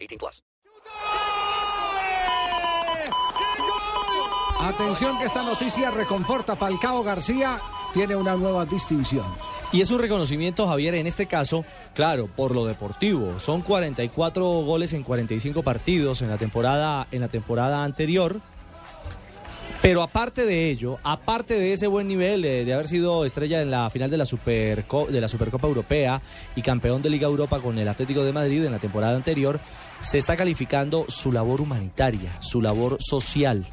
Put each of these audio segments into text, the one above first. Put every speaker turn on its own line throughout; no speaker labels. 18 plus.
Atención que esta noticia reconforta. Falcao García tiene una nueva distinción.
Y es un reconocimiento, Javier, en este caso, claro, por lo deportivo. Son 44 goles en 45 partidos en la temporada, en la temporada anterior. Pero aparte de ello, aparte de ese buen nivel eh, de haber sido estrella en la final de la, Superco- de la Supercopa Europea y campeón de Liga Europa con el Atlético de Madrid en la temporada anterior, se está calificando su labor humanitaria, su labor social.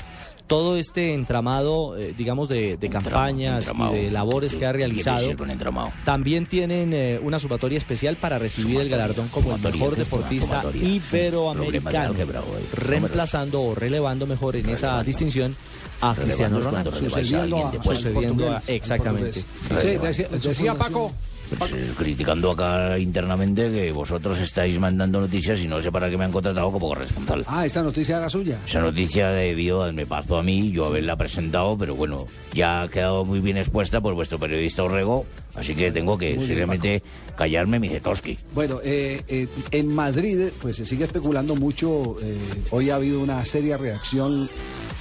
Todo este entramado, eh, digamos, de, de campañas
entramado.
y de labores
¿Qué-
que ha
qué quiere
realizado,
decir con entramado?
también tienen eh, una sumatoria especial para recibir el
Sumatoria,
galardón como el
sumatoria,
mejor
¿qué es una
deportista
sumatoria? Problema de
iberoamericano,
álgebra hoy.
reemplazando o relevando mejor en esa distinción a Cristiano
Relevando
Ronaldo.
es cuando le vais a alguien de
Sucediendo
Portugal.
a- exactamente.
Sí, sí, decía, decía Paco.
Pues, eh, criticando acá internamente que vosotros estáis mandando noticias y no sé para qué me han contratado como corresponsal.
Ah, esta noticia era suya.
Esa noticia debió, me pasó a mí, yo haberla presentado, pero bueno, ya ha quedado muy bien expuesta por vuestro periodista Orrego, así que tengo que seriamente callarme mi jetoski.
Bueno, eh, eh, en Madrid pues se sigue especulando mucho. eh, hoy ha habido una seria reacción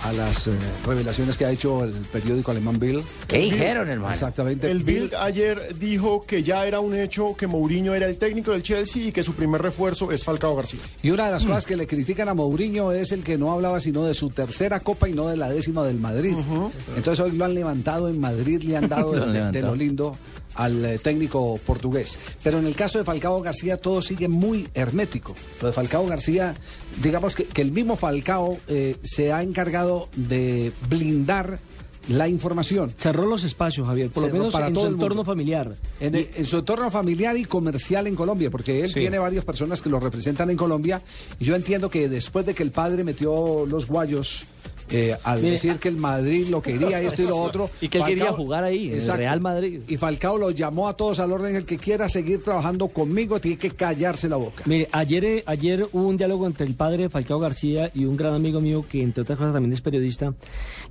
a las eh, revelaciones que ha hecho el periódico alemán Bill.
¿Qué dijeron, hermano?
Exactamente.
El Bild ayer dijo que ya era un hecho que Mourinho era el técnico del Chelsea y que su primer refuerzo es Falcao García.
Y una de
Mm.
las cosas que le critican a Mourinho es el que no hablaba sino de su tercera copa y no de la décima del Madrid. Entonces hoy lo han levantado en Madrid, le han dado
Lo
de-
han
de, de lo
levantado.
lindo al eh, técnico portugués. Pero en el caso de Falcao García todo sigue muy hermético. Lo de Falcao García, digamos que, que el mismo Falcao eh, se ha encargado de blindar la información.
Cerró los espacios, Javier, por lo
Cerró
menos
para
en
todo
su
el mundo.
entorno familiar.
En, el- en su entorno familiar y comercial en Colombia, porque él tiene varias personas que lo representan en Colombia. Y yo entiendo que después de que el padre metió los guayos eh, al
Mire,
decir que el Madrid lo quería, esto y lo otro.
Y que él quería jugar ahí, en el Real Madrid.
Y Falcao lo llamó a todos al orden: el que quiera seguir trabajando conmigo tiene que callarse la boca.
Mire, ayer, eh, ayer hubo un diálogo entre el padre de Falcao García y un gran amigo mío que, entre otras cosas, también es periodista.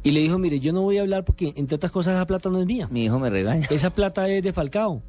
Y le dijo, mire, yo no voy a hablar porque, entre otras cosas, esa plata no es mía.
Mi hijo me regaña.
Esa plata es de Falcao.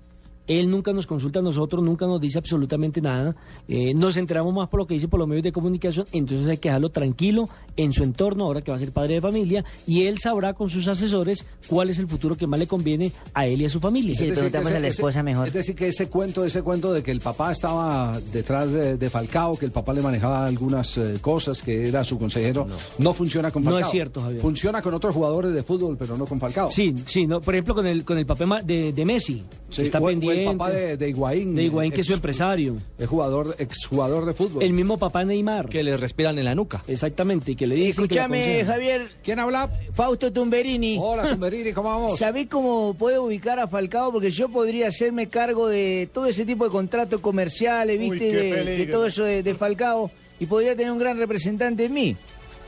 Él nunca nos consulta a nosotros, nunca nos dice absolutamente nada. Eh, nos enteramos más por lo que dice por los medios de comunicación, entonces hay que dejarlo tranquilo en su entorno, ahora que va a ser padre de familia, y él sabrá con sus asesores cuál es el futuro que más le conviene a él y a su familia.
Es decir, que ese- ese- Es decir, que ese cuento, ese cuento de que el papá estaba detrás de, de Falcao, que el papá le manejaba algunas eh, cosas, que era su consejero, no, funciona con
No
Falcao.
es cierto, Javier.
Funciona con otros jugadores de fútbol, pero no con Falcao.
Sí, sí, no, por ejemplo con el con el papel ma- de, de Messi,
Sí,
que está
o- o
pendiente.
el papá de, de Higuaín.
de Higuaín, que es su
ex-
empresario.
Es jugador, exjugador de fútbol.
El mismo papá Neymar.
Que le respiran en la nuca.
Exactamente, y que le dice
Escúchame, Javier,
¿Quién habla?
Fausto Tumberini.
Hola, Tumberini, ¿cómo vamos?
¿Sabés cómo puedo ubicar a Falcao? Porque yo podría hacerme cargo de todo ese tipo de contratos comerciales,
Uy,
¿viste?
qué
de, de
peligro.
todo eso de, de Falcao. Y podría tener un gran representante en mí.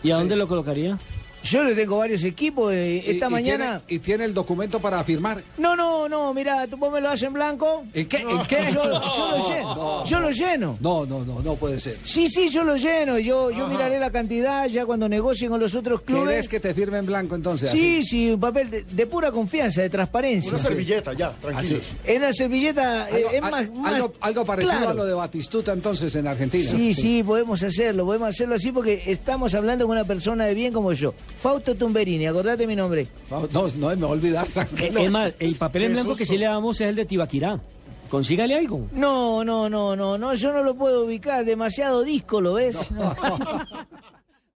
¿Y a dónde lo colocaría?
Yo le tengo varios equipos. eh,
Y-
esta
y
mañana.
tiene- y tiene el documento para firmar.
No, no, no, mira, tú vos me lo haces en blanco.
¿En qué? ¿En qué?
Yo, yo lo lleno. Yo lo lleno.
No, no, no, no puede ser.
Sí, sí, yo lo lleno. Yo, yo miraré la cantidad ya cuando negocien con los otros
¿Quieres
clubes.
que te firme en blanco entonces?
Sí,
así?
sí, un papel de, de pura confianza, de transparencia.
Una servilleta, ya, tranquilos.
Así.
En la servilleta eh,
Algo,
es
al-
más, más
algo- algo parecido
claro.
a lo de Batistuta entonces en Argentina.
Sí, sí, podemos hacerlo, podemos hacerlo así porque estamos hablando con una persona de bien como yo. Fausto Tumberini, acordate mi nombre.
Vamos, No, no me voy a olvidar,
Eh,
tranquilo.
Es más, el papel en blanco que sí le damos es el de Tibaquirá. Consígale algo.
No, no, no, no, no, yo no lo puedo ubicar, demasiado disco, ¿lo ves?